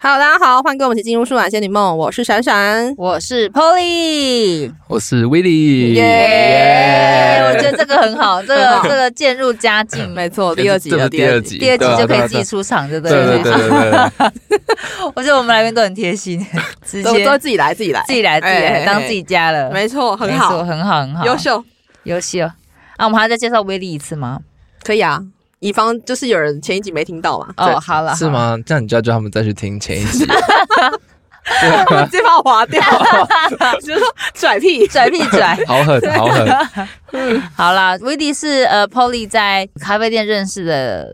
Hello，大家好，欢迎跟我们一起进入《数码仙女梦》，我是闪闪。我是 Polly，我是威利。耶！我觉得这个很好，这很个好这个渐入佳境，没错，这第二集这了，是第二集第二集对啊就可对啊以自己出场，对不对对对对对， 我觉得我们来宾都很贴心，直都接都自己来，自己来，自己来自己哎哎来哎当自己家了，没错，很没错好，很好，很好，优秀，优秀。啊，我们还要再介绍威力一次吗？可以啊。以防就是有人前一集没听到 嘛，哦，对好了，是好了？吗？这样你就要叫他们再去听前一集。，直接把我划掉，就是说拽屁。 拽屁拽好狠，好狠！ 好啦，威力是呃 Polly 在咖啡店认识的，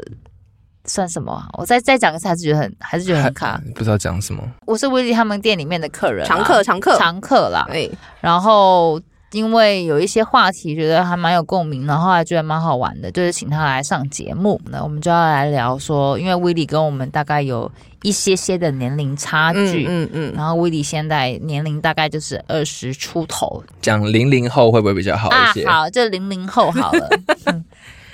算什么啊？我再再讲一次，还是觉得很还是觉得很卡。不知道讲什么。我是威力他们店里面的客 人啊，常客，常客，常客啦，哎，然后因为有一些话题觉得还蛮有共鸣，然后还觉得蛮好玩的，就是请他来上节目。那我们就要来聊说，因为威利跟我们大概有一些些的年龄差距。嗯嗯，然后威利现在年龄大概就是二十出头讲零零后会不会比较好啊一些？，好，就零零后好 了、嗯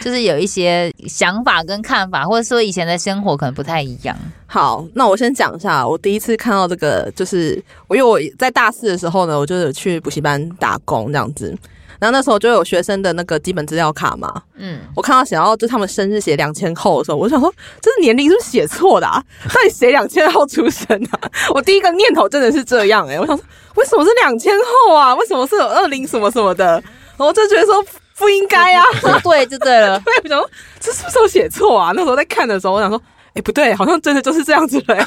就是有一些想法跟看法，或者说以前的生活可能不太一样。好，那我先讲一下，我第一次看到这个，就是我因为我在大四的时候呢，我就是去补习班打工这样子，然后那时候就有学生的那个基本资料卡嘛，嗯，我看到想要就他们生日写两千后的时候，我就想说，这是年龄是不是写错的啊？到底谁两千后出生啊？我第一个念头真的是这样哎、我想说，为什么是两千后啊？为什么是有二零什么什么的？我就觉得说不应该啊。不哦对就对 了。对，我想说这是不是我写错啊？那时候在看的时候，我想说，哎、不对，好像真的就是这样子了、欸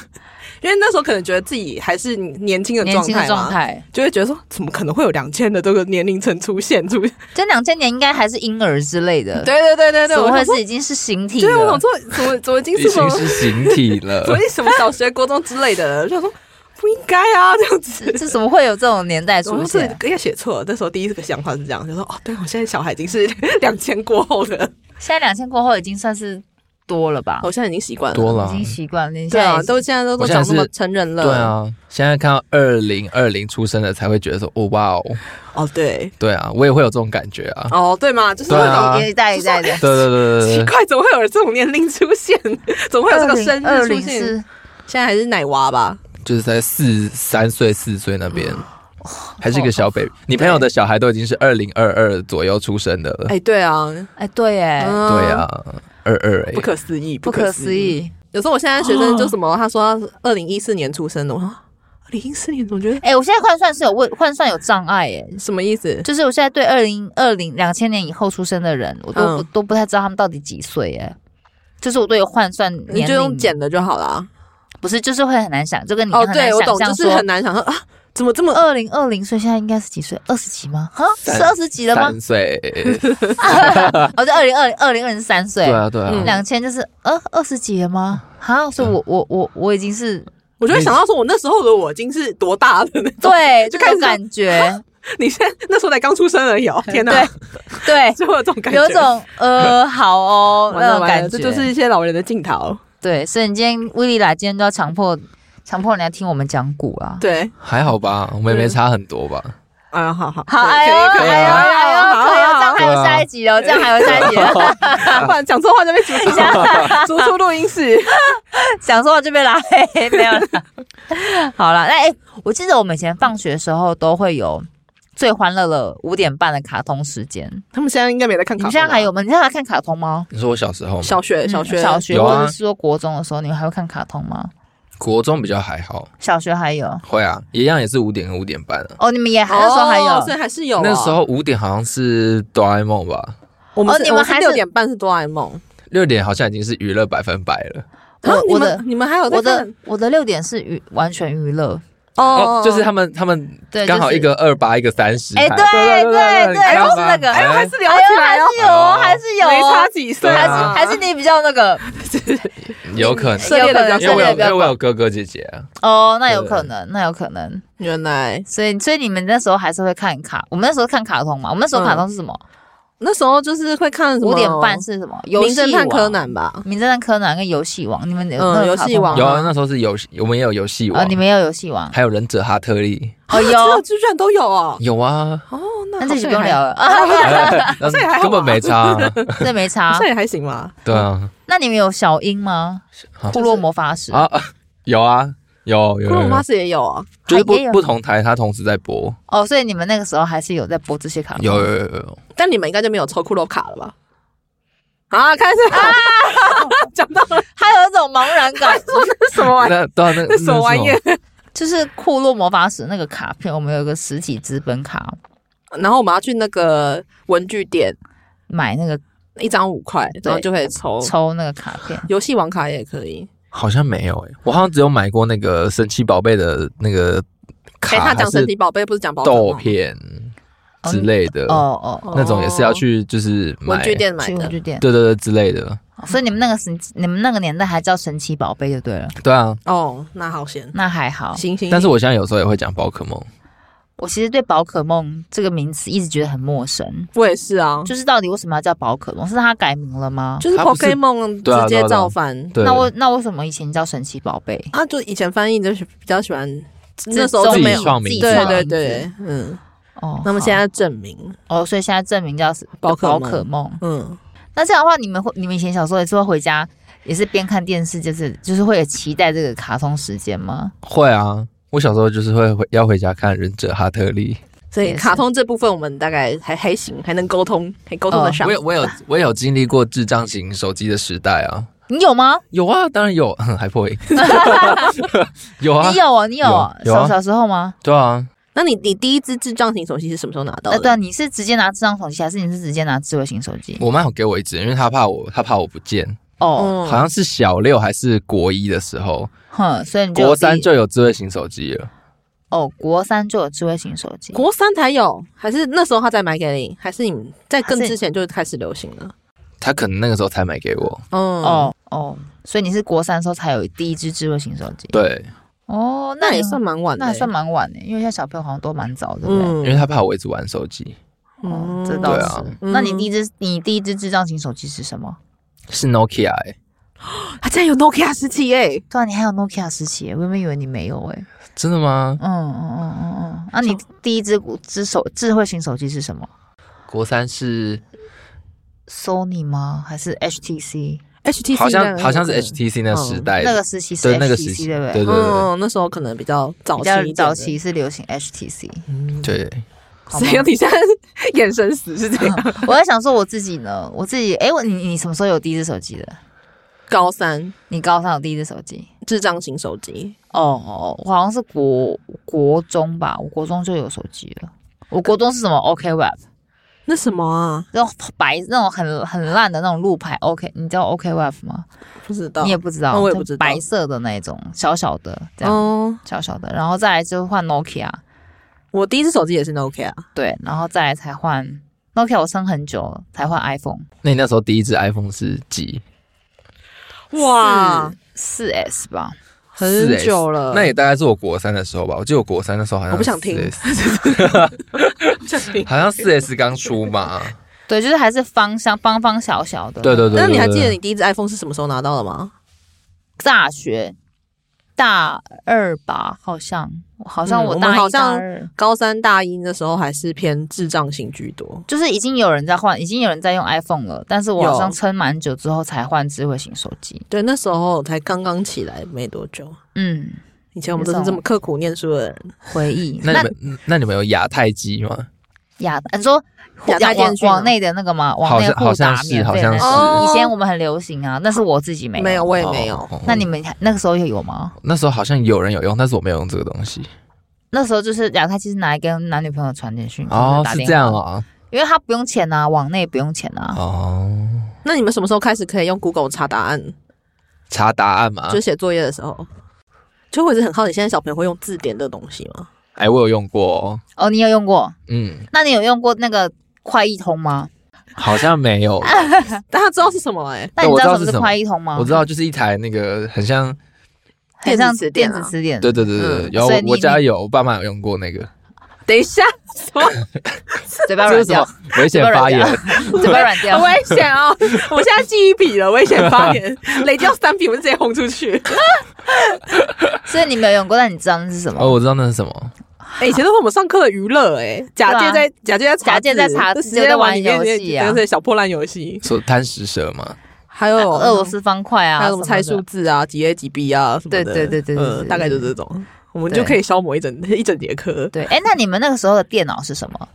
因为那时候可能觉得自己还是年轻的年状轻的态状嘛，态，就会觉得说，怎么可能会有两千的这个年龄层出现？出现？就两千年应该还是婴儿之类的，对对对对对，怎我么想会说是已经是形体对，啊我想了？说，怎么怎么已经已是什经么是形体 所了。以什么小学、国中之类的， 我想说不应该啊， 这样子。这怎么会有这种年代我出说是现？应该写错了，那时候第一个想法是这样，就说哦，对我现在小孩已经是 两千过后 的，现在两千过后已经算是多了吧？我现在已经习惯了。多了已经习惯了。你现对在啊也，是都现在都都我现在长是那么成人了。对，啊，现在看到二零二零出生的才会觉得说，哦哇哦，哦对，对啊，我也会有这种感觉啊。哦对嘛，就是对啊那一代一代的。对对对种对奇对对，怪，怎么会有这种年龄出现？ 怎么会有这个生二日出零现？是现在还是奶娃吧？就是在四三岁四岁那边，还是一个小 baby。你朋友的小孩都已经是二零二二左右出生的了。哎，对啊，哎，对哎，嗯嗯对，啊，二二哎不，可思议，不可思。议。有时候我现在学生就什 么，他说他二零一四年出生的，我说二零一四年，我觉得哎，我现在换算是有问换算有障碍哎。什么意思？就是我现在对二零二零两千年以后出生的人，我都不嗯都不太知道他们到底几岁哎。就是我对换算你年就用龄，减的就好啦。不是就是会很难想，就跟你哦很，难对，我懂想，就象是说呃很难想象啊，怎么这么二零二零岁现在应该是几岁？二十几吗？哈，是三二十几了吗？哎三岁，我在二零二二零二零三岁对，啊对啊，嗯嗯两千就是二二十几了吗？哈，所以我我我我已经是我就会想到说，我那时候的我已经是多大的那种，对就这开始种感觉，你现在那时候才刚出生而已哦，天哪，对，就会有这 种感觉，有种呃好哦完那了种完感了，觉，这就是一些老人的镜头，对。所以你今天威利来，今天就要强迫强迫人家听我们讲股啊。对，还好吧，我们也没差很多吧。啊，好好好，可以哎呦，可以哎呦，啊哎呦，好可以好哦，这啊样还有下一集哦，这样还有下一 集了，好不然讲错话就被逐出逐出录音室，想说我这边来，没有了。好了，那哎、我记得我们以前放学的时候都会有最欢乐的五点半的卡通时间。他们现在应该没在看你卡们通吧，现在还有吗？你现在还看卡通吗？你说我小时候吗？小学小学嗯小学有啊或者是说国中的时候，你们还会看卡通吗？国中比较还好，小学还有会啊，一样也是五点跟五点半啊。哦，你们也还那时候还哦所有以还是有哦，那时候五点好像是哆啦 A 梦吧，我们是哦你们我是还是六点半是哆啦 A 梦，六点好像已经是娱乐百分百了。我啊你哦我们的你们还有在我的看我的六点是娱完全娱乐，哦，就是他们他们对，刚好就是一个二八一个三十。哎，对对对，你看就是吧那个，哎还是聊哎起呦，来还哦。是有哦，还是有哦，没差几岁还啊，是还是你比较那个哎有可能，涉猎的比较因涉为我猎有的因比较广为我有哥哥姐姐啊，哦，那有对可能，那有可能。原来所以，所以你们那时候还是会看卡，我们那时候看卡通嘛。我们那时候卡通是什么？那时候就是会嗯看什么五点半是什么？ 《游名戏侦探王柯、南》吧？名侦探柯南跟游戏王，你们有嗯那个游卡通戏王吗有啊，那时候是游戏，我们也有游戏啊哦，王你，们也有游戏 王还有忍者哈特利，哦，这有。居然都有哦。有啊， 哦，那那这好就像不用也聊还，了啊，那这也还好吧根本没差啊， 这 好没 差像。也还行吧。对啊，啊那你们有小樱吗？好部落魔法使啊有啊，有有骷髅有，巴有士也有啊，就是啊不也有不同台它同时在播，哦，所以你们那个时候还是有在播这些卡通？有有有 有有，但你们应该就没有抽骷髅卡了吧？啊，开始啊， 讲到了还有一种茫然感，什么玩意？那对啊，那这 什么玩意？？就是库洛魔法使那个卡片，我们有一个实体资本卡，然后我们要去那个文具店，买那个一张五块，然后就可以抽。抽那个卡片。游戏王卡也可以。 好像没有诶、我好像只有买过那个神奇宝贝的那个哎，卡，他讲还神是奇宝贝不是讲宝可豆梦吗片之类的，哦哦，哦那种也是要去就是文买，具店买去文的。具店。对对对之类的，所以你们那个神，你们那个年代还叫神奇宝贝就对了，对啊。哦，那好险，那还好。行行。但是我现在有时候也会讲宝可梦，我其实对宝可梦这个名词一直觉得很陌生，我也是啊，就是到底为什么要叫宝可梦？是它改名了吗？就是它不是 Pokemon 对啊直接对啊对啊造反。对，那为那为什么以前叫神奇宝贝？啊，就以前翻译就是比较喜欢，那时候自就己没有，创名自己对创对名字对，嗯。哦，那么现好在证明，哦，所以现在证明叫是宝可宝梦可梦。嗯，那这样的话，你们会你们以前小时候也是会回家，也是边看电视，就是就是会有期待这个卡通时间吗？会啊。我小时候就是会回要回家看《忍者哈特利所以也是卡通这部分我们大概还还行，还能沟通，还沟通得》，上我。有我有我有经历过智障型手机的时代啊，你有吗？有啊，当然有，还 破音，有啊你，有啊，你有啊，有有啊小小时候吗？对啊，那你你第一只智障型手机是什么时候拿到呃，的？对啊，你是直接拿智障手机，还是你是直接拿智慧型手机？我妈有给我一只，因为她怕我，她怕我不见，哦，嗯，好像是小六还是国一的时候，哼，所以你就有国第三就有智慧型手机了，哦，国三就有智慧型手机。国三才有，还是那时候他才买给你，还是你们在更还是之前就开始流行了？她可能那个时候才买给我，嗯，哦哦，所以你是国三的时候才有第一只智慧型手机。对，哦，那你也算蛮晚的那欸，还算蛮晚的，因为现在小朋友好像都蛮早，对哦不嗯，对？因为她怕我一直玩手机，哦嗯，这倒对是啊。哦那你第一只你第一只智障型手机是什么？是 Nokia，、欸、他啊竟然有 Nokia 时期耶！对啊，你还有 Nokia 时期耶，我原本以为你没有欸诶。真的吗？嗯嗯嗯嗯嗯。那你第一只只手智慧型手机是什么国三是？Sony 吗？还是 HTC？ HTC 好那像个好像是可能 HTC 那时代的，那个时期是对那个时 HTC 期，对不对对对？对嗯，那时候可能比较早比期较一点的早期是流行 HTC。嗯对嗯好所以吗你现在 眼神死是这样？我在想说我自己呢，我自己哎，我你你什么时候有第一只手机的？高三你高三有第一只手机？智障型手机，哦哦，我好像是国国中吧，我国中就有手机了。我国中是什么 OK Web，那什么啊？那种白那种很很烂的那种路牌 OK，你知道 OK Web 吗？不知道你也不知道，哦我也就不知道白色的那种小小的这样、哦，小小的，然后再来就换 Nokia，我第一只手机也是 Nokia，对，然后再来才换 Nokia，我撑很久了才换 iPhone 那你那时候第一只 iPhone 是几？哇，四 S 吧，很久了，那也大概是我国三的时候吧。我记得我国三的时候好像我不想听 4S 这里好像四 S 刚出嘛。对，就是还是方向方方小小的，对对对。那你还记得对你第一只 iPhone 是什么时候拿到的吗？大学大二吧，好像好像嗯我我大们一、好像大二高三大一的时候还是偏智障型居多，就是已经有人在换，已经有人在用 iPhone 了，但是我有好像撑蛮久之后才换智慧型手机。对，那时候才刚刚起来没多久。嗯，以前我们都是这么刻苦念书的人，回忆。 那你们那你们有亚太机吗？亚你呃说亚太往电讯啊往内的那个吗？好往内像互打好像是免费好的像那是个，哦以前我们很流行啊，但是我自己没有。没有，我也没有。哦那你们那个时候有有吗？那时候好像有人有用，但是我没有用这个东西。那时候就是亚太，其实拿来跟男女朋友传简讯哦，嗯打是电这样话啊。因为他不用钱啊，往内不用钱啊。哦，那你们什么时候开始可以用 Google 查答案？查答案嘛啊就。是写作业的时候。就我一直很好奇，现在小朋友会用字典这东西吗？哎，我有用过哦。哦，你有用过？嗯，那你有用过那个快易通吗？好像没有。大家知道是什么、欸？哎，那你我知知道什道么是什是么快易通吗？我知道，就是一台那个很像，很像电子词电典啊子词典。对对对对对，嗯有啊所以你我家有，我爸妈有用过那个。等一下，嘴巴这软是什么掉，危险发言？ 嘴巴软 掉很。危险哦！ 我现在记一笔了，危险发言， 累掉三笔，我就直接轰出去。所以你没有用过，但你知道那是什哦，么？我知道那是什么。哎、以前都是我们上课的娱乐，哎，假借在假借在查字啊假借在查字直接玩里面就在玩游戏啊对对，小破烂游戏。说贪食蛇吗？还有俄罗斯方块啊，还有什么猜什么数的字啊，几 A 几 B 啊什么的，对对对对对嗯对对大概就这种，我们对就可以消磨一整 一整节课。对，哎，那你们那个时候的电脑是什么？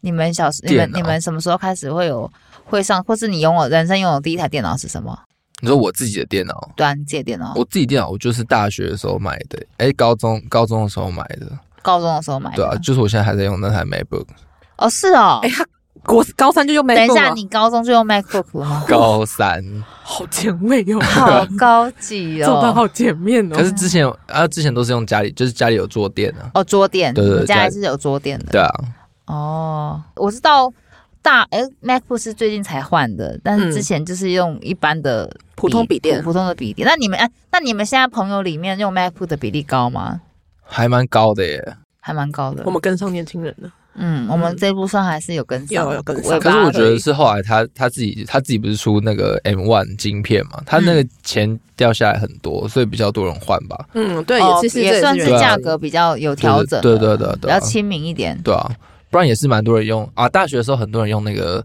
你们小时你们电脑你们什么时候开始会有会上，或是你拥有人生拥有第一台电脑是什么？你说我自己的电脑，对啊，你借电脑，我自己电脑我就是大学的时候买的，哎，高中高中的时候买的，高中的时候买的。对啊，就是我现在还在用那台 MacBook，哦，是哦哎。国高三就用 m a 等 c 一 b 下，你高中就用 MacBook 了 吗？高三，好前卫哟，好高级做到哦。好前面哦。可是之前啊之前都是用家里，就是家里有坐垫啊，哦，桌垫，对对对你家还是有桌垫的。对啊，哦，我知道大哎、MacBook 是最近才换的，但是之前就是用一般的笔、嗯普通笔电普通的笔电。那你们哎、那你们现在朋友里面用 MacBook 的比例高吗？还蛮高的耶。还蛮高的我。们跟上年轻人了，嗯，我们这路上还是有跟上，有有跟上尾可巴是我觉得而已是后来他他自己他自己不是出那个 M One 晶片嘛，他那个钱掉下来很多，所以比较多人换吧。嗯，对哦其实也这算原是因价格比较有调整了，对对对对比对较啊，亲民一点对啊，不然也是蛮多人用啊。大学的时候很多人用那个，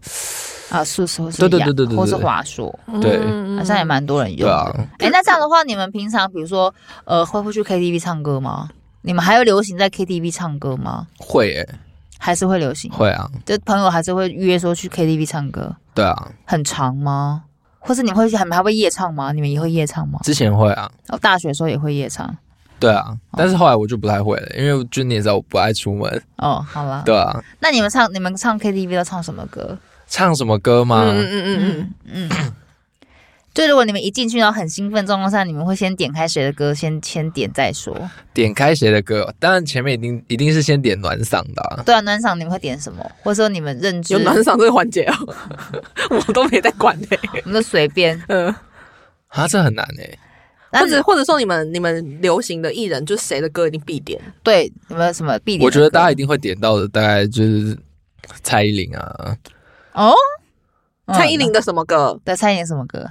啊，是是或是对对雅对对对或是对华硕，对嗯好像也蛮多人用对的。啊，哎、那这样的话，你们平常比如说，呃，会会去 KTV 唱歌吗？你们还有流行在 KTV 唱歌吗？会诶、还是会流行？会啊，就朋友还是会约说去 KTV 唱歌，对啊，很长吗？或是你们会还还会夜唱吗？你们也会夜唱吗？之前会啊，哦，大学的时候也会夜唱。对啊，哦但是后来我就不太会了，因为就你也知道我不爱出门，哦，好啦。对啊，那你们唱你们唱 KTV 都唱什么歌？唱什么歌吗？嗯嗯嗯嗯，嗯嗯。就如果你们一进去然后很兴奋的状况下，你们会先点开谁的歌，先先点再说。点开谁的歌？当然前面一定一定是先点暖嗓的、啊，对啊，暖场你们会点什么？或者说你们认知有暖嗓这个环节哦，我都没在管嘞。我们就随便。嗯，啊，这很难诶、那 或你者或者说你们你们流行的艺人，就是谁的歌一定必点？对有没有什么必点的歌？我觉得大家一定会点到的，大概就是蔡依林啊，哦，嗯蔡依林的什么歌？对蔡依林什么歌？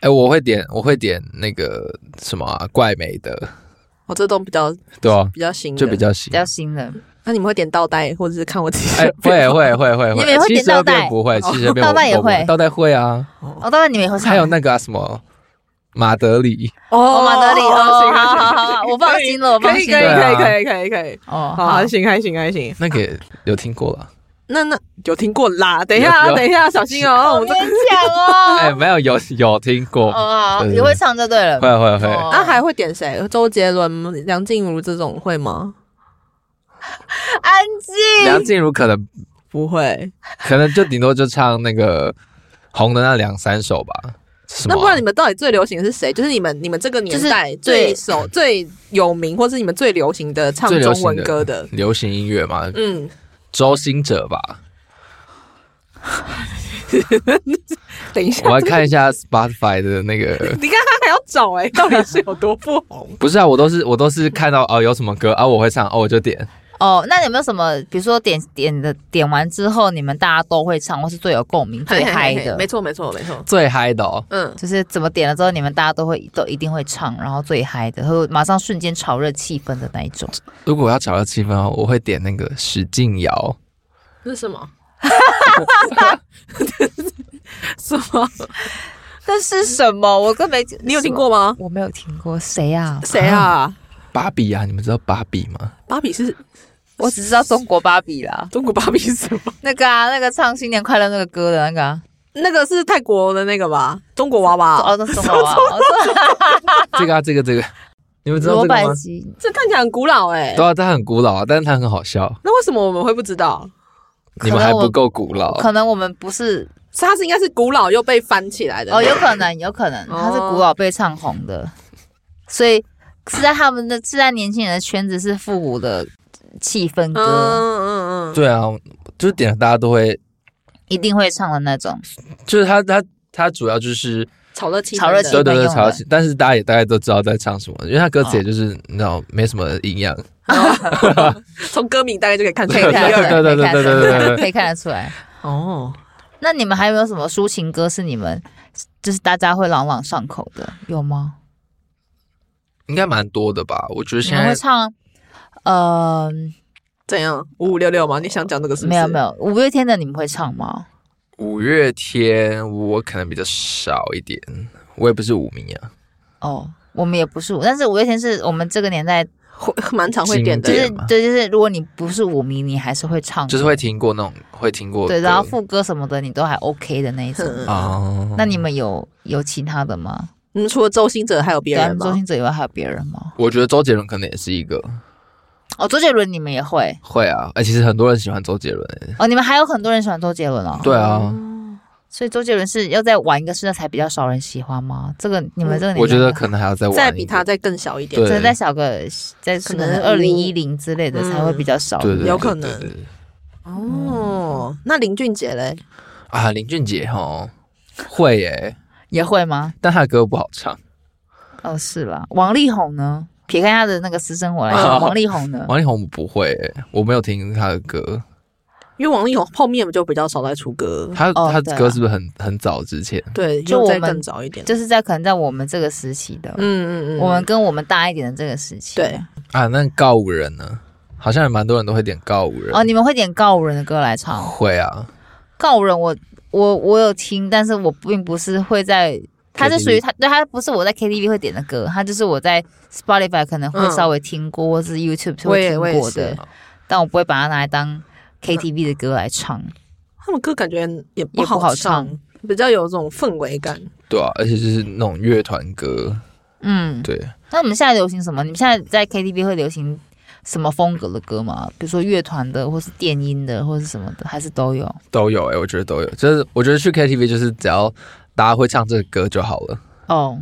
哎、我会点我会点那个什么、啊、怪美的，我这都比较对啊，比较新嗯的，就比较喜比。 较新的。那你们会点倒带，或者是看我几哎、岁？会会会会你们也会，会七点十倒二带哦变不会，七十二变倒带也我不会倒带会啊，哦，当然你们也会唱。 还有那个、啊、什么马德里，哦，马德里哦，好好好行好，我放心了，我放可以心可以对了。可啊以可以可以可以，哦，好，还行还行还行。那个也有听过了。那那有听过啦？等一下啊有有等一下，小心哦，好我们这勉强哎、哦。没有，有有听过，哦，好对对也会唱就对了。会会会，哦啊还会点谁？周杰伦、梁静茹这种会吗？安梁静，静茹可能不会。可能就顶多就唱那个红的那两三首吧。什那么啊？不然你们到底最流行的是谁？就是你们你们这个年代就是最最首最有名，或是你们最流行的唱最流中行文的歌的？流行音乐嘛，嗯，周兴哲吧。等一下我，来看一下 Spotify 的那个， 你看他还要找 哎，到底是有多不红？不是啊，我都是我都是看到哦有什么歌啊我会唱哦我就点。哦，那有没有什么，比如说点点的点完之后，你们大家都会唱，或是最有共鸣、最嗨嘿嘿嘿的没？错没错没错。最嗨的哦，嗯，就是怎么点了之后，你们大家都会都一定会唱，然后最嗨的，会马上瞬间炒热气氛的那一种。如果我要找到气氛哦，我会点那个史劲尧，那是什 么？什么？那是什么？我根本你有听？过吗？我没有听过，谁啊？谁啊？芭比啊，你们知道芭比吗？芭比是我只知道中国芭比啦，中国芭比是什么？那个啊，那个唱新年快乐那个歌的那个啊，那个是泰国的那个吧？中国娃娃，哦，那是中国娃娃，我说这个啊这 个这个，你们知道哦罗这个百吗？吉，这看起来很古老哎、对啊，它很古老啊，但是它很好笑，那为什么我们会不知道？你们还不够古老。可能我们不是是它是应该是古老又被翻起来的哦，有可能，有可能，哦他是古老被唱红的，所以是在他们的是在年轻人的圈子是复古的气氛嗯歌，嗯嗯嗯，对啊，就是点了大家都会，一定会唱的那种。就是它它它主要就是炒热气氛的，炒热气对氛对对用的吵到起，但是大家也大概都知道在唱什么，因为它歌词也就是、你知道没什么营养。从歌名大概就可以看出可以看来。得出来，对对对对对对对对可以看得出来。哦，那你们还有没有什么抒情歌是你们就是大家会朗朗上口的？有吗？应该蛮多的吧？我觉得你现们在会唱？呃，怎样？五五六六吗？你想讲这个是不是？没有没有，五月天的你们会唱吗？五月天我可能比较少一点，我也不是舞迷啊。哦，我们也不是，但是五月天是我们这个年代，会蛮常会点的就经典是嘛对，就是如果你不是舞迷，你还是会唱，就是会听过那种会听过对，歌然后副歌什么的你都还 OK 的那一种。嗯哦，那你们有有其他的吗？嗯，除了周兴哲还有别对啊人，周吗？星哲以外还有别人吗？我觉得周杰伦可能也是一个哦，周杰伦你们也会会啊，哎、其实很多人喜欢周杰伦、欸哦，你们还有很多人喜欢周杰伦哦。对啊，所以周杰伦是要再玩一个世代才比较少人喜欢吗？这个你们这个年代嗯我觉得可能还要再玩再一比点他再更小一点对，只能再小个再可可能能二零一零之类的才会比较少。对对对有可对能对对哦。那林俊杰嘞？啊，林俊杰哈会耶、也会吗？但他的歌不好唱。哦，是啦。王力宏呢？撇开他的那个私生活来说，哦王力宏呢？王力宏我不会、欸，我没有听他的歌，因为王力宏后面就比较少在出歌，他、哦他对啊的歌是不是很很早之前？对，就又我再们更早一点。就是在可能在我们这个时期的，嗯嗯嗯，我们跟我们大一点的这个时期。对。啊，那告五人呢？好像也蛮多人都会点告五人。哦，你们会点告五人的歌来唱？会啊，告五人我，我我有听，但是我并不是会在。它是 KTV 属于它，对它不是我在 KTV 会点的歌，它就是我在 Spotify 可能会嗯稍微听过，或是 YouTube 我会也听我也过的是，但我不会把它拿来当 KTV 的歌来唱。他们歌感觉也不也不好唱，比较有这种氛围感。对啊，而且就是那种乐团歌，嗯，对，那你们现在流行什么？你们现在在 KTV 会流行什么风格的歌吗？比如说乐团的，或是电音的，或是什么的，还是都有？都有哎、我觉得都有。就是我觉得去 KTV 就是只要大家会唱这个歌就好了。哦，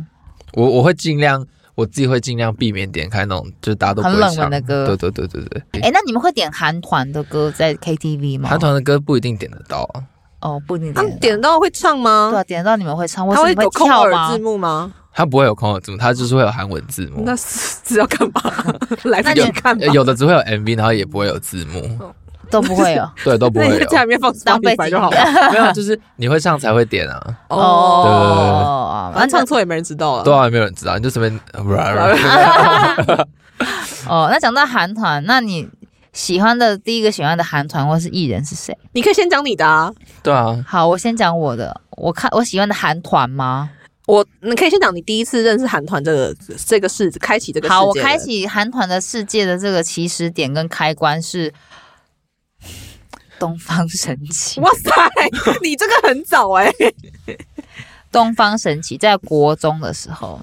我我会尽量，我自己会尽量避免点开那种就是大家都不会很冷门唱的歌对对对对嗯对。哎，那你们会点韩团的歌在 KTV 吗？韩团的歌不一定点得到啊，哦，不一定他点们得点到到会唱对吗？啊，点得到你们会唱，或他是会你有空跳耳吗字？幕吗？它不会有空耳字幕，它就是会有韩文字幕。那是是要 干嘛？来不那你及看吧呃。有的只会有 MV，然后也不会有字幕，都不 会哦。对，都不那会啊 你在家有。里面放当背景 Spotify 就好 了。没有，就是你会唱才会点啊，哦，反正唱错也没人知道了。对啊，没有人知道，你就随 便。哦，那讲到韩团，那你喜欢的第一个喜欢的韩团或是艺人是谁？你可以先讲你的啊，对啊，好，我先讲我的，我看我喜欢的韩团吗？我你可以先讲你第一次认识韩团这个这个事，开启这个世界的好，我开启韩团的世界的这个起始点跟开关是 东方神起。哇塞， 你这个很早哎、东方神起在国中的时候，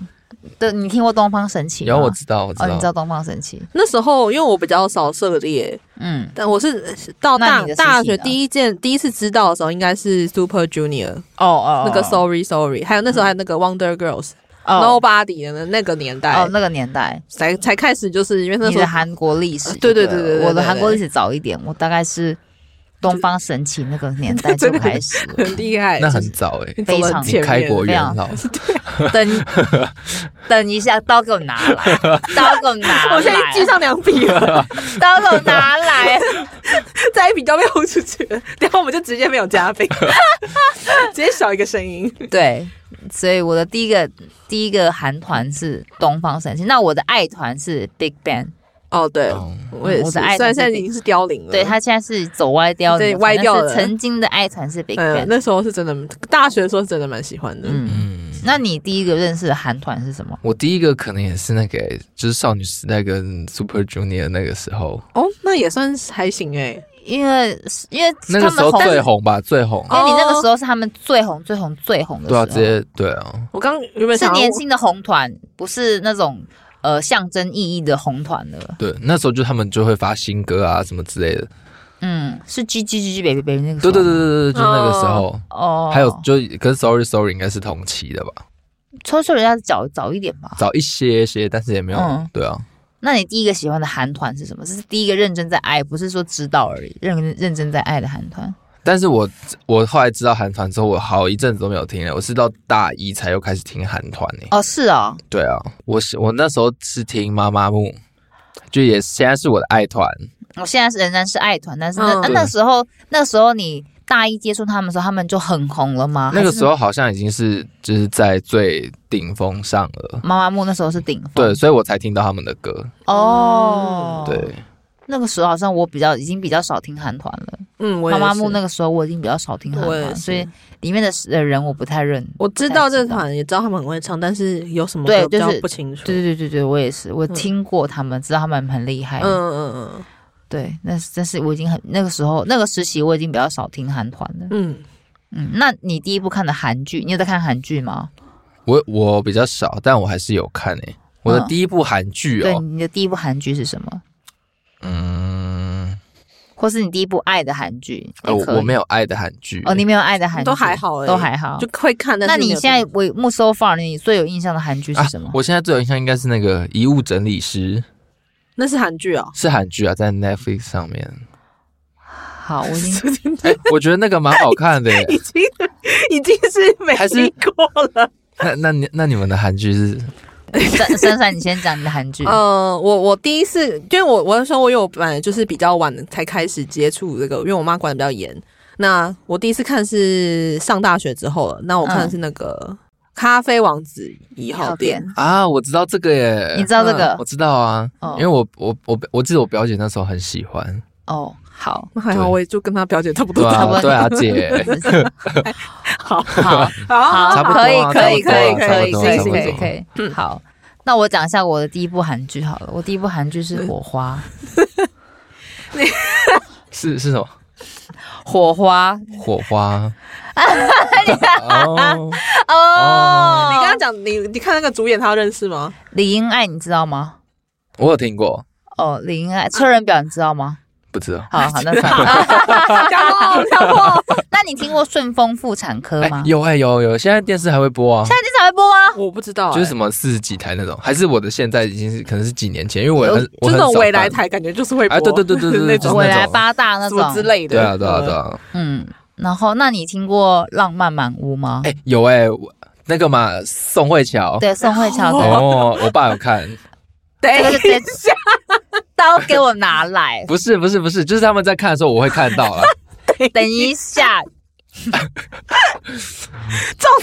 对，你听过东方神起吗？有啊我知道，我知哦，你知道。道东方神起？那时候因为我比较少涉猎，嗯，但我是到那大你的事情呢大学第一件第一次知道的时候，应该是 Super Junior、哦哦嗯那个 Sorry Sorry，还有那时候还有那个 Wonder Girls、哦 Nobody 的那个年代、哦，那个年代，才才开始，就是因为那你时的候韩国历史呃就对对对了对对对我的对韩国历对史早一点，我大概是东方神起那个年代就 真的开始了，很厉 害，那就很是早哎，走了非常你前开面国元老，等等一下，刀给我拿 来，刀给我拿来，我现在记上两笔 了，刀给我拿来。再一笔都被轰出去了，然后我们就直接没有嘉宾， 直接少一个声音。 对，所以我的第一个第一个韩团是东方神起，那我的爱团是 Big Bang，哦，对，哦我也我是，的虽爱然现团是在比已经是凋零了，对他现在是走歪掉了，对反歪正掉是了曾经的爱团是 Big 嗯， Bang，那时候是真的，大学的时候是真的蛮喜欢的。嗯。嗯，那你第一个认识的韩团是什么？我第一个可能也是那个欸，就是少女时代跟 Super Junior 那个时候，哦，那也算是还行哎、因为因为那他个时们候红，最红吧，最红。因为哎你那个时候是他们最红、最红、最红的哦时对候，啊，直接对啊，我刚原本是想要年轻的红团，不是那种呃象征意义的红团了。对，那时候就他们就会发新歌啊什么之类的。嗯，是 G G G G Baby Baby 那个时对候，对对对对，就那个时候。哦，还有就跟 Sorry Sorry 应该是同期的吧，抽抽人家早早一点吧。早一些些，但是也没有、嗯对啊，那你第一个喜欢的韩团是什么？这是第一个认真在爱，不是说知道而已，认认真在爱的韩团。但是我我后来知道韩团之后，我好一阵子都没有听了，我是到大一才又开始听韩团呢。哦，是哦，对啊，我是我那时候是听妈妈木，就也现在是我的爱团，我现在是仍然是爱团，但是那、嗯啊那时候那时候你大一接触他们的时候，他们就很红了吗？那个时候候好像已经是就是在最顶峰上了，妈妈木那时候是顶峰，对，所以我才听到他们的歌，哦，对，那个时候好像我比较已经比较少听韩团了，嗯，我妈妈木木那个时候我已经比较少听韩我也团，是所以里面的的人我不太认。我知道这团，也知道他们很会唱，但是有什么对歌比较就是不清楚。对对对对对，我也是，我嗯听过他们，知道他们很厉害。嗯嗯对，那是但是我已经很那个时候那个时期我已经比较少听韩团了嗯。嗯嗯，那你第一部看的韩剧，你有在看韩剧吗？我我比较少，但我还是有看诶、我的第一部韩剧嗯对，哦，你的第一部韩剧是什么？嗯，或是你第一部爱的韩剧？呃也可以我我没有爱的韩剧、哦，你没有爱的韩剧都还好而已欸都还好就。会看。但那是你没有现在为目 so far 你最有印象的韩剧是什么啊？？我现在最有印象应该是那个《遗物整理师》，那是韩剧哦，是韩剧啊，在 Netflix 上面。好，我已经哎、我觉得那个蛮好看的 耶。已经已经是没还是听过了。那那你那你们的韩剧是珊珊珊，你先讲你的韩剧。嗯，我我第一次，因为我我是说我有本来就是比较晚才开始接触这个，因为我妈管的比较严。那我第一次看是上大学之后了，那我看的是那个《咖啡王子一号店》啊？我知道这个耶，你知道这个我知道啊，哦因为我我我我记得我表姐那时候很喜欢，哦，好那还好，对我也就跟她表姐差不多对大。不多啊对啊， 姐， 好，好好好，差不多哦可以啊可以差不多可以啊可以差不多可以差不多可以可以。好，嗯 那我讲一下我的第一部韩剧好了。我第一部韩剧是《火花是是什么？》，火花火 花。哦，哦哦，你跟她讲，你你看那个主演，她认识吗？李英爱你知道吗？我有听过，哦，李英爱车仁表你知道吗？不知道。好好，那算了。 讲过讲过， 那你听过顺丰妇产科哎吗？有哎有有，现在电视还会播啊现，在啊经常会播吗？ 我不知道欸，就是什么四十几台那种，还是我的现在已经是可能是几年前，因为我也很我就那很少种未来看台，感觉就是会播，哎对对 对对对那种就是未那来种八大那什么种之类的。对啊对啊对嗯啊，嗯，然后那你听过《浪漫满屋》吗？哎有哎，我那个嘛宋慧乔，对，宋慧乔的，哦，我爸有看，啊这个 对就，直接刀给我拿来，不是不是不是，就是他们在看的时候我会看到了，等一下，重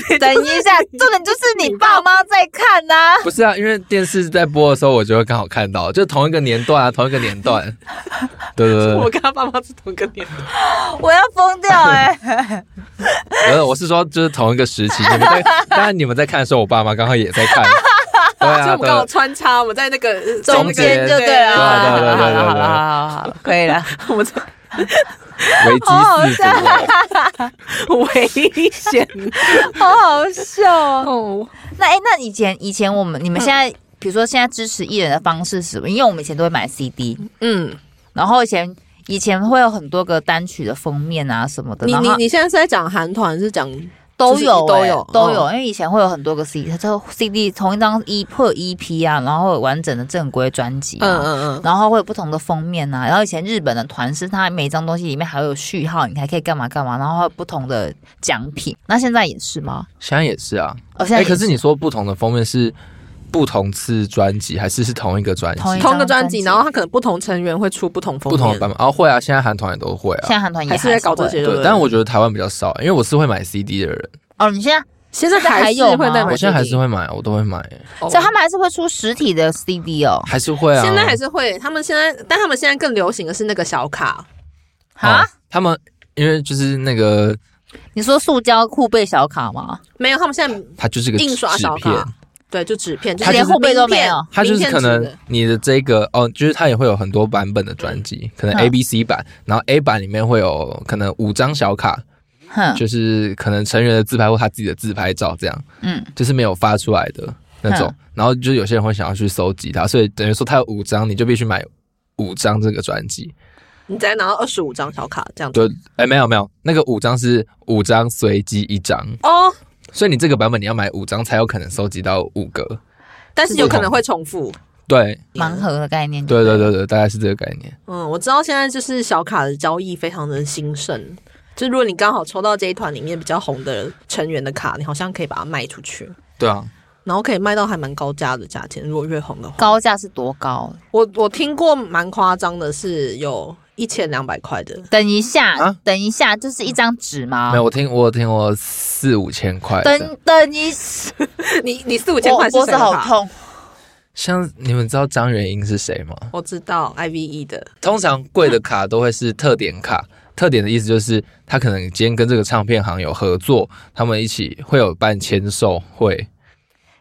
点等一下，重点就是你爸妈在看呐、不是啊，因为电视在播的时候我就会刚好看到，就同一个年段啊，同一个年段，对对对我对跟他爸妈是同一个年代。我要疯掉哎、呃，我是说就是同一个时期，你们在，当然你们在看的时候，我爸妈刚好也在 看，对就啊我们刚好对。穿插，我们在那个中中间就对了，对啊好对了啊对啊好了好对啊了好了好了，可以了。我们 在危机四伏，危险好好笑哦。哦。那哎、那以前以前我们你们现在，比如说现在支持艺人的方式是什么？因为我们以前都会买 CD，嗯，然后以前以前会有很多个单曲的封面啊什么的，你然你后你现在是在讲韩团，是讲嗯都就是有、欸、都有都有，嗯因为以前会有很多个 CD，它就 CD 同一张一破 EP 啊，然后有完整的正规专辑、啊，嗯嗯嗯，然后会有不同的封面啊呐、然后以前日本的团是它每一张东西里面还会有序号，你还可以干嘛干嘛，然后还有不同的奖品。那现在也是吗？现在也是啊。哦，现在哎、也可是你说不同的封面是不同次专辑，还是是同一个专辑？同一同一个专同一张专辑，辑然后他可能不同成员会出不同封不同的面，版本啊，会啊，现在韩团也都会现啊。在韩团也还是在搞这会些，对不对，对？但我觉得台湾比较少，因为我是会买 CD 的人，哦，你现在现在现在还还是有会吗在买 CD，我现在还是会买，我都会买，哦，所以他们还是会出实体的 CD 哦。还是会啊。现在还是是会，他们现在，但他们现在更流行的是那个小卡，哈，哦啊他们因为就是那个，你说塑胶护背小卡吗？没有，他们现在它就是个印刷纸小片，卡，对，就纸片，就它是就是连后背都没有它就名是片可纸能的你的这个哦，就是它也会有很多版本的专辑，可能嗯 A、B、C 版，然后 A 版里面会有可能五张小卡，哼，嗯就是可能成员的自拍或他自己的自拍照这样，嗯，就是没有发出来的那嗯种。然后就有些人会想要去搜集它，所以等于说它有五张，你就必须买五张这个专辑。你再拿到二十五张小卡这样子。对，哎，没有没有，那个五张是五张随机一张，哦，所以你这个版本你要买五张才有可能收集到五个。但是有可能会重复。对，盲盒的概念。对对。对对，大概是这个概念。嗯，我知道现在就是小卡的交易非常的兴盛，就如果你刚好抽到这一团里面比较红的成员的卡，你好像可以把它卖出去，对啊，然后可以卖到还蛮高价的价钱。如果越红的话，高价是多高？我我听过蛮夸张的，是有一千两百块的。等一下，啊等一下，就是一张纸吗没？有我听我有听过四五千块的，等等一下，你你四五我千块是脖谁啊的子好卡？痛。像你们知道张元英是谁吗？我知道 IVE 的，通常贵的卡都会是特点卡，特点的意思就是他可能今天跟这个唱片行有合作，他们一起会有办签售会，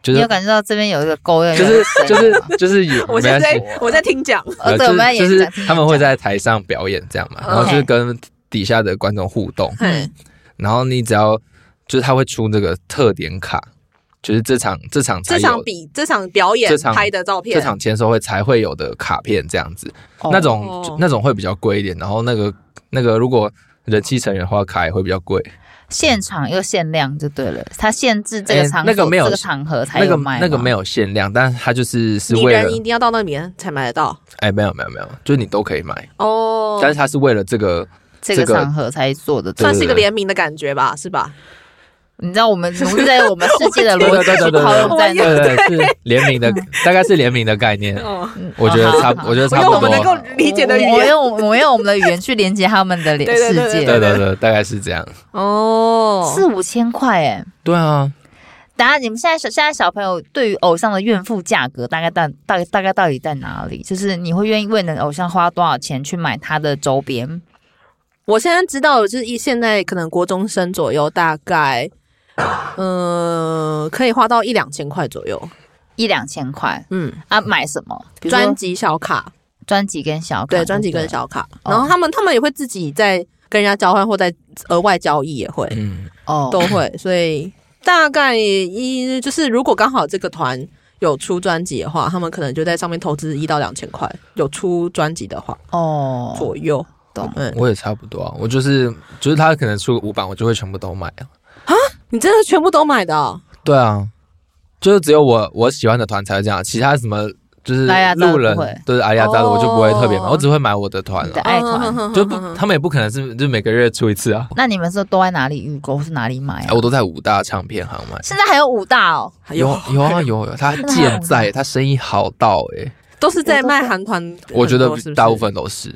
就你是有感觉到这边有一个沟要就是就是就是有， 我现没在关系我在听讲，呃，对，就我们是也就是想听他们会在台上表演这样嘛，嗯然后就是跟底下的观众互动，嘿，然后你只要就是他会出那个特点卡，就是这场这场 才这场有。比这场表演这场拍的照片，这场签售会才会有的卡片这样子，哦那种哦就那种会比较贵一点，然后那个那个如果人气成员的话，卡也会比较贵。现场又限量就对了，它限制这哎个场所、那个没有这个场合才那有个卖吗，那个没有限量，但是它就是是你为了人一定要到那里面才买得到哎，没有没有没有，就是你都可以买，哦但是它是为了 这个这个这个场合才做的。算是一个对对对联名的感觉吧，是吧？你知道我们奴在我们世界的对逻对对辑对对套用在对那，对对是联名的，大概是联名的概念，哦，嗯我觉得好差好不好我觉得差用不我们能够多，理解的语我言用我用我们的语言去连接他们的连对对世对界，对对对，大概是这样。哦四五千块哎。对啊，答案，你们现在小现在小朋友对于偶像的怨妇价格大概大大大概到底在哪里？就是你会愿意为你的偶像花多少钱去买他的周边？我现在知道，就是一现在可能国中生左右，大概，呃，可以花到一两千块左右。一两千块嗯，啊，买什么？比如说专辑小卡，专辑跟小卡对，专辑不跟小卡，哦然后他们他们也会自己在跟人家交换，或在额外交易也会嗯，哦都会，所以大概一就是如果刚好这个团。有出专辑的话，他们可能就在上面投资一到两千块。有出专辑的话，哦，左右。懂嗯，我也差不多啊，我就是就是他可能出五版，我就会全部都买啊。你真的全部都买的哦、对啊，就是只有我我喜欢的团才会这样，其他什么就是拉雅扎的路人不会就是阿里亚扎的，我就不会特别买，哦我只会买我的团你的啊。爱团。 就不，他们也不可能是就每个月出一次啊。那你们是都在哪里预购？是哪里买哎啊我？都在五大唱片行买。现在还有五大哦，还有有有啊有有，他健在，他生意好到哎、 都是在卖韩团很多，我觉得是不是大部，分都是。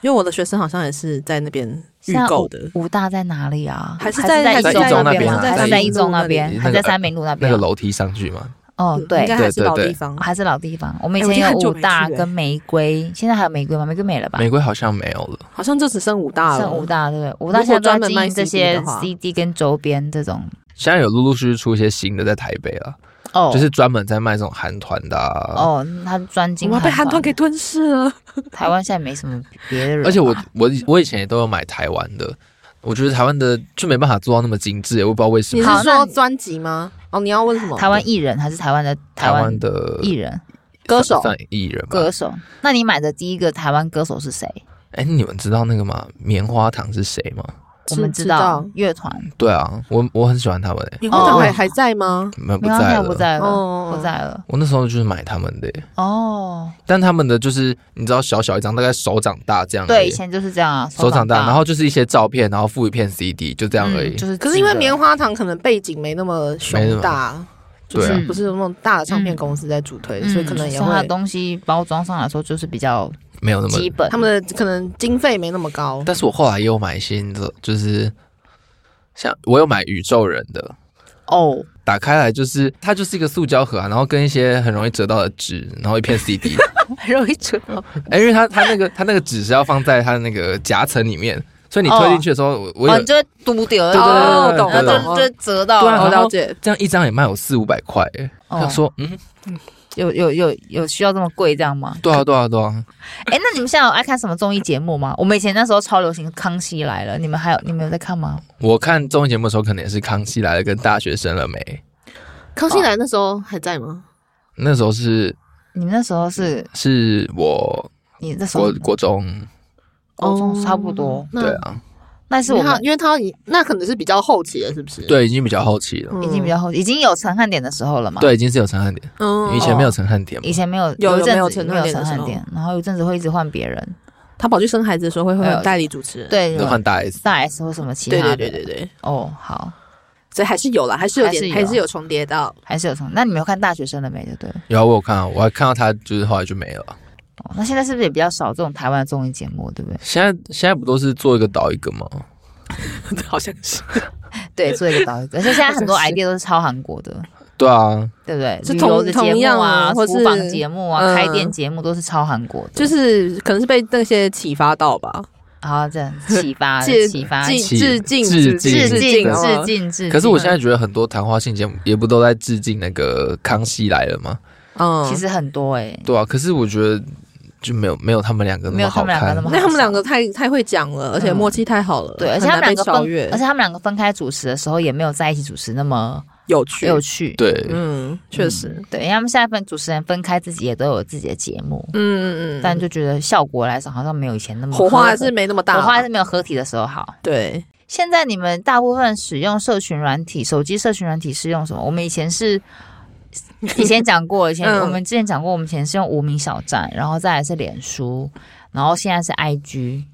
因为我的学生好像也是在那边预购的现在，五。五大在哪里啊？还是在在还是在一那中那边吗啊还是在在一一中那那边？个呃还在三明路那那边个啊？楼梯上去嘛，哦，嗯应对该。还是老对对地方。还是老地方，我们以哎我前已经有很久五没大去了跟玫瑰，现在还有玫瑰吗？玫瑰没了吧？玫瑰好像没有了。好像就只剩五大了，剩五大对不对？五大如果现在专门专门卖卖这 CD 些的话 CD 跟周边这种现在有陆陆续续出一些新的在台北啊了，哦，就是专门在卖这种韩团的、啊。哦，他专我精们要被韩团给吞噬了。台湾现在没什么别的人吧，而且我我我以前也都有买台湾的，我觉得台湾的就没办法做到那么精致，我也不知道为什你么。是好那说你专辑吗？哦，你要问什么？台湾艺人还是台湾的台台湾湾的艺人歌手算算艺人吧。歌手。那你买的第一个台湾歌手是谁？哎、你们知道那个吗？棉花糖是谁吗？我们知知道哦乐团，对啊，我我很喜欢他们诶、你会长还哦还在吗？你们不没有，现在在了。不在了，哦，不。在了。我那时候就是买他们的耶、哦，但他们的就是你知道小小一张，大概手掌大这样而已。对，以前就是这样啊，手掌大，大，然后就是一些照片，然后附一片 CD，就这这样而已。嗯就是可是因为几个棉花糖可能背景没那么雄大，就对啊是不是那种大的唱片公司在主推，所以可能也嗯像它的会东西包装上来说就是比较没有那么基。本，他们的可能经费没那么高。但是我后来也有买一些，你知道，就是像我有买宇宙人的， 哦，打开来就是它就是一个塑胶盒、啊，然后跟一些很容易折到的纸，然后一片 CD。很容易折到。哎、因为它它那个它那个纸是要放在它的那个夹层里面，所以你推进去的时候，我我哦，有你就会嘟掉了，对对对哦对懂然了对后懂就就对了，折到对啊然我后了。了解。这样一张也卖我四五百块、哎哦想说嗯，有有有有需要这么贵这样吗？ 对啊对啊对啊，哎，那你们现在有爱看什么综艺节目吗？我们以前那时候超流行《康熙来了》，你们还有你们有在看吗？我看综艺节目的时候，可能也是《康熙来了》跟《大学生了没》，康熙来那时候还在吗？那时候是你们那时候是是我你那时候国国中，高哦中差不多，那对嗯啊，那是我因为他们因为他已那可能是比较后期了，是不是？，对，已经比较后期了，嗯已经比较后，已经有陈汉典的时候了嘛？，对，已经是有陈汉典，嗯以前没有陈汉典嘛以，前没有有一阵有没有子陈没有汉典陈的时汉候典，然后有一阵子会一直换别人，他跑去生孩子的时候会还有会代理主持人。对，有就换大 S，大 S 或什么其对他对的，对对对，哦，好，所以还是有啦，还是有点还是有还是有重叠到。还是有从。那你们有看大学生了没？就对了。有啊我有看啊，我还看到他就是后来就没了。啊哦，那现在是不是也比较少这种台湾的综艺节目，对不对？现在现在不都是做一个倒一个吗？好像是。 对，做一个导演，而且现在很多 idea 都是抄韩国的，对啊，对不对？是旅同游的节同样目啊，啊或厨房是节目啊，嗯开店节目都是超韩国的，就是可能是被那些启发到吧，啊，这样启发借启 发致起致敬致是不敬是致敬致致哦敬致敬。可是我现在觉得很多谈话性节目也不都在致敬那个《康熙来了》吗？嗯，其实很多哎，对啊，可是我觉得就没有没有他们两个那没有么他好们两个看那。么好那他们两个太太会讲了，而且嗯默契太好了，对，而且很他们难两被个分超越，，而且他们两个分开主持的时候也没有在一起主持那么有趣有趣。对，嗯，确实，嗯，对，因为他们现在分主持人分开自己也都有自己的节目，嗯嗯嗯，但就觉得效果来说好像没有以前那么火花还合是没那么大，火花还是没有合体的时候好。对，现在你们大部分使用社群软体，手机社群软体是用什么？我们以 前是。以前讲过，以前嗯我们之前讲过，我们以前是用无名小站，然后再来是脸书，然后现在是 IG，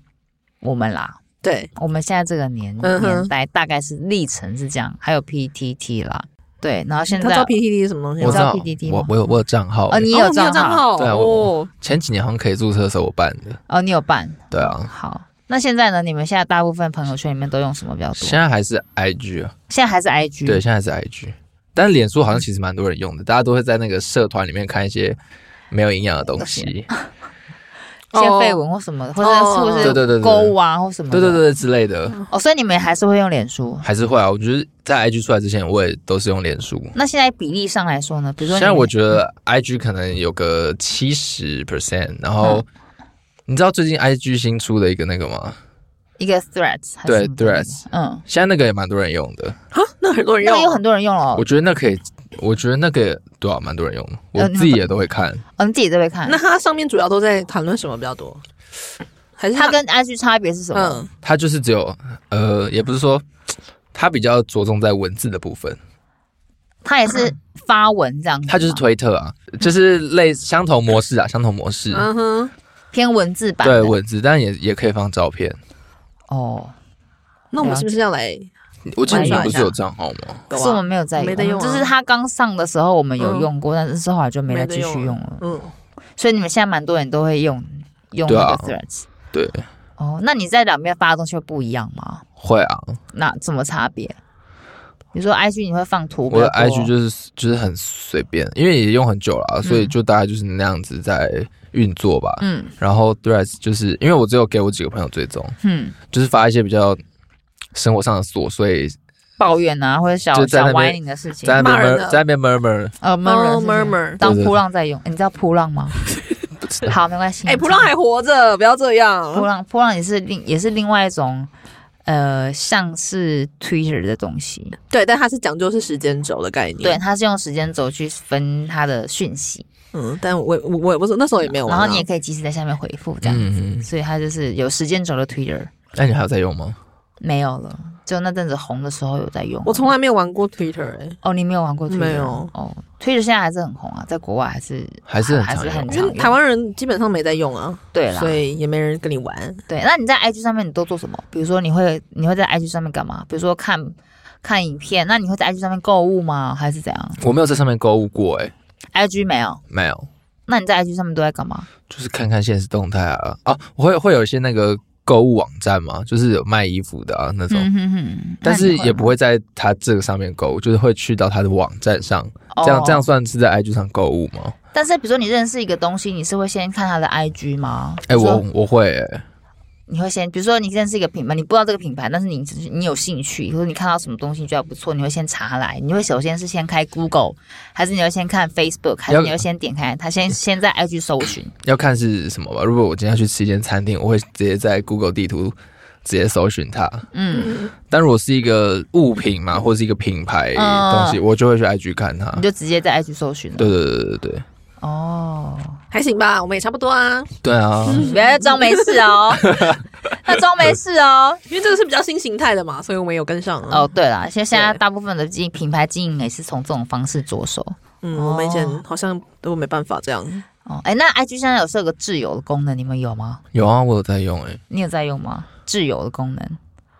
我们啦，对，我们现在这个年、嗯哼年代大概是历程是这样，还有 PTT 啦，对，然后现他知道在 PTT 是什么东西我吗？知道你知道 PDD 吗我我有我有账号哦，欸，你哦有账账号对啊我哦，前几年好像可以注册的时候我办的，哦，你有办对啊，好。那现在呢？你们现在大部分朋友圈里面都用什么比较多？现在还是 IG 啊，现在还是 IG，对，，现在还是 IG，但脸书好像其实蛮多人用的，大家都会在那个社团里面看一些没有营养的东西，一些绯哦闻或什么的，或者是不是对对对对对勾啊或什么的？对对对对之类的，哦，所以你们还是会用脸书。还是会啊。我觉得在 IG 出来之前，我也都是用脸书。那现在比例上来说呢？比如说现你，在我觉得 IG 可能有个七十 percent，然嗯后你知道最近 IG 新出的一个那个吗？一个 Threads 还是对什么之类的 Threads 嗯，现在那个也蛮多人用的，那很多人那个有用很多人用了哦我，觉得那可以，我觉得那个对啊，蛮多人用的，呃我你们自己也都会看。嗯，你自己在会看那。它上面主要都在谈论什么比较多？还是它跟 IG 差别是什么？嗯它就是只有呃，也不是说它比较着重在文字的部分，它也是发文这样子吗，它就是推特啊，就是类相同模式啊，相同模式，嗯哼，偏文字版对的。文字，但也也可以放照片。哦，那我们是不是要来？我记得你们玩一不下是有账号吗？啊可是我们没有在没得用啊嗯就是它刚上的时候我们有用过，但是之后来就没再没继得续用用了。嗯，所以你们现在蛮多人都会用用对那啊个 Threads。对，哦，那你在两边发的东西会不一样吗？会啊，那怎么差别？比如说 IG 你会放图比我较多，的 IG 就是就是很随便，因为也用很久了啊、所以就大概就是那样子在运作吧。嗯然后 Threads 就是因为我只有给我几个朋友追踪，嗯就是发一些比较生活上的琐碎，抱怨啊或者小就在小那边歪你的事情，在那边骂人 mur, 的在那边 murmur，呃 murmur 哦是不是 murmur 当对对扑浪在用，诶你知道扑浪吗？好，没关系。哎，普浪还活着，不要这扑样。浪扑浪也是另也是另外一种呃像是 Twitter 的东西，对，但它是讲究是时间轴的概念。对，，它是用时间轴去分它的讯息，嗯，但我我我也不是那时候也没有玩然啊。后你也可以及时在下面回复这样子，嗯，所以它就是有时间轴的 Twitter 那你还有在用吗？没有了，就那阵子红的时候有在用，我从来没有玩过 Twitter 哎，哦，你没有玩过 Twitter？没有哦，Twitter 现在还是很红啊，在国外还是还是很啊还常是因很用常为用台湾人基本上没在用啊，对啦所，以也没人跟你玩。对。那你在 IG 上面你都做什么？比如说你会你会在 IG 上面干嘛？比如说看看影片，那你会在 IG 上面购物吗？还是怎样我没有在上面购物过、欸，哎， ？IG 没有，没有，那你在 IG 上面都在干嘛？就是看看现实动态啊啊，我会会有一些那个购物网站嘛，就是有卖衣服的啊那种。嗯哼哼，但是也不会会在他这个上面购物，就是会去到他的网站上，哦这样这样。算是在 IG 上购物吗？但是比如说你认识一个东西，你是会先看它的 IG 吗？比哎、如我说我会、欸，你会先，比如说你认识一个品牌，你不知道这个品牌，但是你只是你有兴趣，或者你看到什么东西觉得不错，你会先查来，你会首先是先开 Google，还是你要先看 Facebook，还是要你要先点开它，先先在 IG 搜寻，要看是什么吧。如果我今天要去吃一间餐厅，我会直接在 Google 地图直接搜寻它。嗯，但如果是一个物品嘛，或是一个品牌东西，我就会去 IG 看它嗯你。就直接在 IG 搜寻了。对对对对对 哦，还行吧，我们也差不多啊，对 啊！不要再装没事哦，那装没事哦。因为这个是比较新形态的嘛，所以我们有跟上啊。哦，对了，现现在对大部分的经品牌经营也是从这种方式着手。嗯，我们以前哦好像都没办法这样。哦，哎，那 IG 现在有设个挚友的功能，你们有吗？有啊，我有在用哎、你有在用吗？挚友的功能。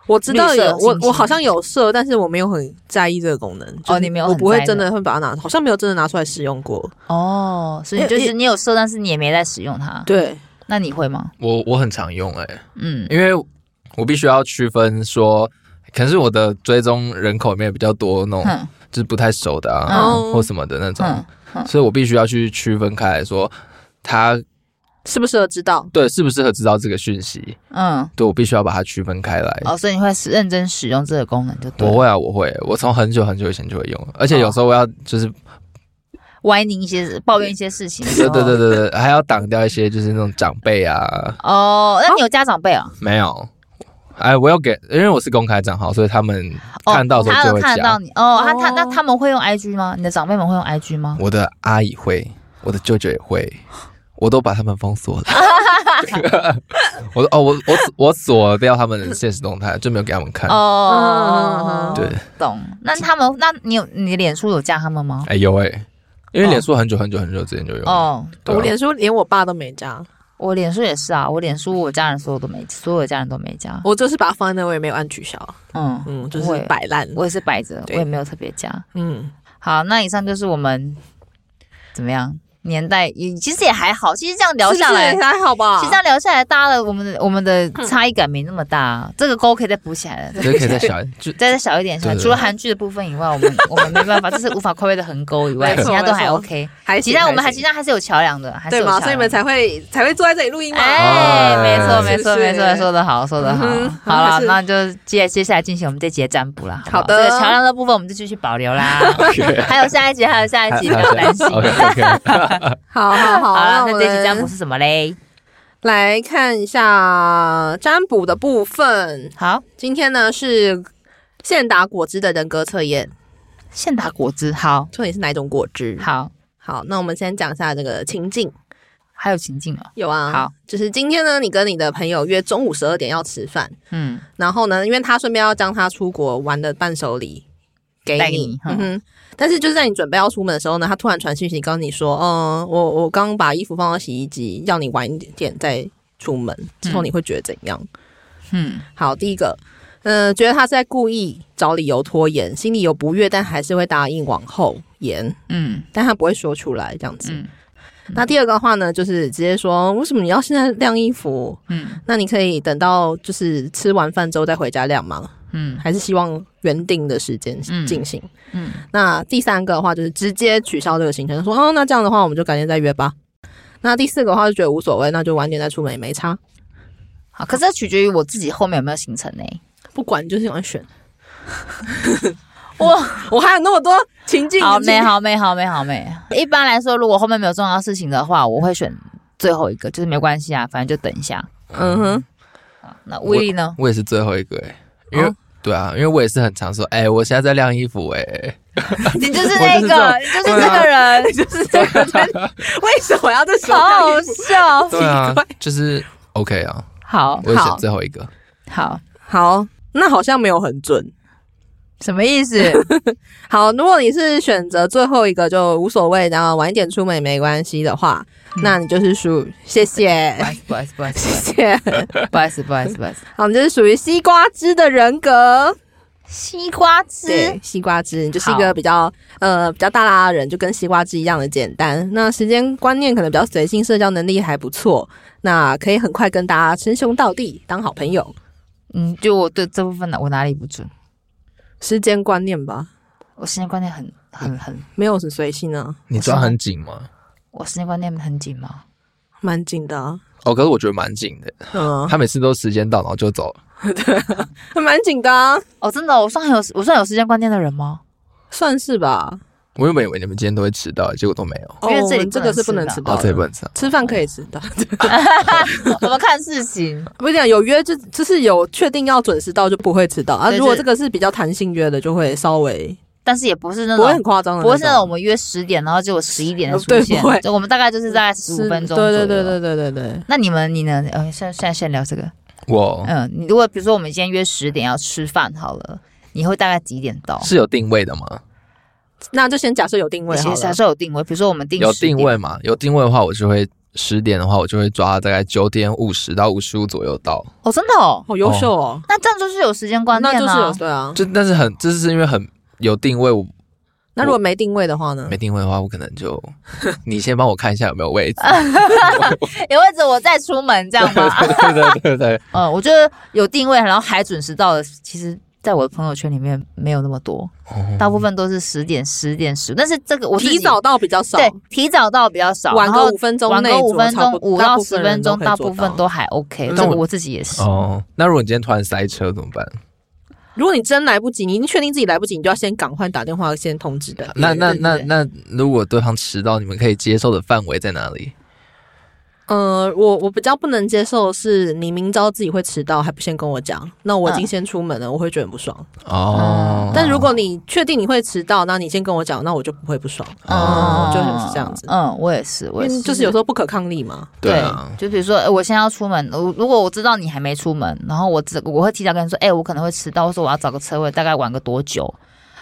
我知道绿色有我星星我好像有设，但是我没有很在意这个功能。就是哦你没有很我不会在意真的会把它拿，好像没有真的拿出来使用过。哦，所以你因就为是你有设，但是你也没在使用它。对，那你会吗？我我很常用哎、嗯，因为我必须要区分说可能是我的追踪人口里面比较多那种，哼就是不太熟的啊，嗯或什么的那种，哼，所以我必须要去区分开来说，他适不适合知道？对适不适合知道这个讯息，嗯，对我必须要把它区分开来。哦，所以你会认真使用这个功能就对我了，会啊，我会，我从很久很久以前就会用了，哦而且有时候我要就是，歪拧一些抱怨一些事情，对对对，对对，还要挡掉一些就是那种长辈啊，哦，那你有家长辈啊？没有，哎，我要给，因为我是公开账号，所以他们哦看到的时他候就有会看得到加。你哦，他他哦那他们会用 IG 吗？你的长辈们会用 IG 吗？我的阿姨会，我的舅舅也会，我都把他们封锁了。 我说哦，我我我锁掉他们的现实动态，就没有给他们哦看。哦，嗯对，懂。那他们，那你有你的脸书有加他们吗？哎有哎、因为哦脸书很久很久很久之前就有了，哦，对啊我连说连我爸都没加，我脸书也是啊，我脸书我家人所有都没，所有家人都没加。哦我就是把它放在那，我也没有按取消，嗯，嗯，就我是也摆烂。我也是摆着，我对也没有特别加。嗯，好，那以上就是我们怎么样年代，也其实也还好。其实这样聊下来，是不是还好吧？其实这样聊下来，大家的我们的我们的差异感没那么大。这个沟可以再补起来了。就可以再小就再再小一点，是吧对对除了韩剧的部分以外，我们我们没办法，这是无法跨越的横沟以没外，其错他都还没错 OK。还其行他我们还行其他还是有桥梁的，还是对有桥嘛，梁。所以你们才会才会坐在这里录音嘛。哎，没错哎没错是不是没错，说得好说得好嗯哼。好了还，是那就接接下来进行我们这节占卜啦。不好的这个桥梁的部分我们就继续保 留啦。还有下一集，还有下一集，不要担心。 OK OK，好好好，好了，我那们这集占卜是什么嘞？来看一下占卜的部分。好，今天呢是现打果汁的人格测验，现打果汁，好测你是哪一种果汁。好，好，那我们先讲一下这个情境。还有情境哦。有啊，好，就是今天呢，你跟你的朋友约中午十二点要吃饭，嗯，然后呢，因为他顺便要将他出国玩的伴手礼给带给你你，嗯哼。但是就是在你准备要出门的时候呢，他突然传讯息告诉你说，嗯，我我刚把衣服放到洗衣机，要你晚一点再出门。之后嗯你会觉得怎样？嗯，好，第一个，嗯、觉得他是在故意找理由拖延，心里有不悦，但还是会答应往后延，嗯但他不会说出来这样子。嗯那第二个的话呢，就是直接说，为什么你要现在晾衣服？嗯那你可以等到就是吃完饭之后再回家晾吗？嗯还是希望原定的时间嗯进行？嗯，那第三个的话就是直接取消这个行程，说哦，那这样的话我们就改天再约吧。那第四个的话就觉得无所谓，那就晚点再出门也没差，好，可是这取决于我自己后面有没有行程呢？不管就是喜欢 选。哇，我还有那么多情境，好美，情境好美，好美，好美。一般来说，如果后面没有重要事情的话，我会选最后一个，就是没关系啊，反正就等一下。嗯哼，那威力呢？我也是最后一个哎、因为、哦对啊，因为我也是很常说，哎、我现在在晾衣服哎、你就是那个，你就是这啊 个人， 就是这个在，为什么要这时好候晾好衣服？笑。对啊奇怪，就是 OK 啊，好我也选好最后一个。好，好，那好像没有很准。什么意思？好，如果你是选择最后一个就无所谓，然后晚一点出门也没关系的话，嗯那你就是属于谢谢 不好意思，不好意思，不好意 谢思，谢。不好意思，不好意思，不好意思。好，你就是属于西瓜汁的人格， 西瓜汁对，西瓜汁，你就是一好个比较呃比较大拉的人，就跟西瓜汁一样的简单。那时间观念可能比较随性，社交能力还不错，那可以很快跟大家称兄道弟，当好朋友。嗯，就我对这部分呢，我哪里不准？时间观念吧，我时间观念很很很，没有很随性啊，你抓很紧吗？我时间观念很紧吗？蛮紧的、 啊，哦，可是我觉得蛮紧的。嗯， 他每次都时间到，然后就走了。蛮紧的、啊，哦，真的哦，我算很有，我算有时间观念的人吗？ 算是吧。我原本以为你们今天都会迟到，结果都没有。因为哦这里我们这个是不不能能吃吃哦到，的，这也不能迟到。吃饭可以吃到。我们看事情。我跟你讲，有约就就是有确定要准时到就不会迟到啊。对如果是这个是比较弹性约的，就会稍微但是也不是那不种会很夸张的，不会是那种我们约十点，然后结果十一点才呃出对现，不会就我们大概就是大概十是五分钟左右。对对对对对对对，那你们你呢？呃，现在现在先聊这个。哦我嗯，你如果比如说我们今天约十点要吃饭好了，你会大概几点到？是有定位的吗？那就先假设有定位好其实还了。是有定位，比如说我们定有10点定位，吗？有定位的话，我就会十点的话，我就会抓大概九点五十到五十五左右到。哦，真的哦，好优秀哦，那这样就是有时间观念那就啊。是 有对啊。就但是很，这是因为很有定位，我那如果没定位的话呢没？定位的话，我可能就你先帮我看一下有没有位置。有位置我再 出门这样吗？对对对对，嗯，我觉得有定位，然后还准时到的，其实在我的朋友圈里面没有那么多，哦大部分都是十点、十点、十。但是这个我自提己早到比较少，对提早到比较少，晚然个后五分钟晚内个左右，五分差钟不，多五大到部十分分人都钟，可以大做部分到都还 OK。嗯这个我自己也是，哦，那如果你今天突然塞车怎么办？如果你真来不及，你已经确定自己来不及，你就要先赶快打电话先通知的。那那对那对那，如果对方迟到，你们可以接受的范围在哪里？呃，我我比较不能接受的是，你明知道自己会迟到还不先跟我讲，那我已经嗯先出门了，我会觉得很不爽。哦嗯，但如果你确定你会迟到，那你先跟我讲，那我就不会不爽，哦就是这样子嗯，我也是，因我也为是，就是有时候不可抗力嘛。对对啊，就比如说，呃我现在要出门，我如果我知道你还没出门，然后我只我会提早跟你说，哎、我可能会迟到，或说我要找个车位，大概晚个多久，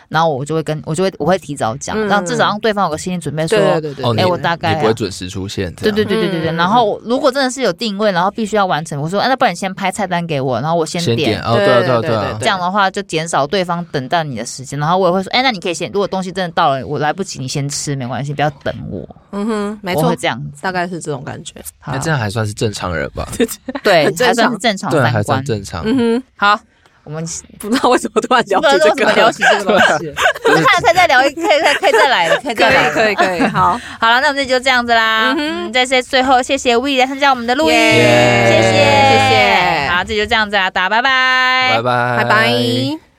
然后我就会跟我就会我会提早讲，嗯让至少让对方有个心理准备说，对对对对，哦，对你哎我大概啊你不会准时出现，对这样对对对对对。嗯然后如果真的是有定位，然后必须要完成，我说，哎、那不然你先拍菜单给我，然后我先先点点。哦，对对啊对啊对对对啊对这样的话就减少对方等待你的时间，然后我也会说，哎、那你可以先，如果东西真的到了，我来不及，你先吃没关系，不要等我，嗯哼，没我错会，这样子。大概是这种感觉。 好那这样还算是正常人吧？对很，正还算常是正常对啊，还三算观。正常。嗯好，我们哼，不知道为什么突然聊不起知这道为什么聊个，起这个东西，我们看了可以再聊一，可以可以可以再来了，可 以可再来以了。可以可以，好，好了，那我们就这样子啦。嗯哼嗯，在这最后，谢谢 We 来参加我们的录音，耶谢谢谢谢 好，这就这样子啦，大家拜拜，拜拜拜拜。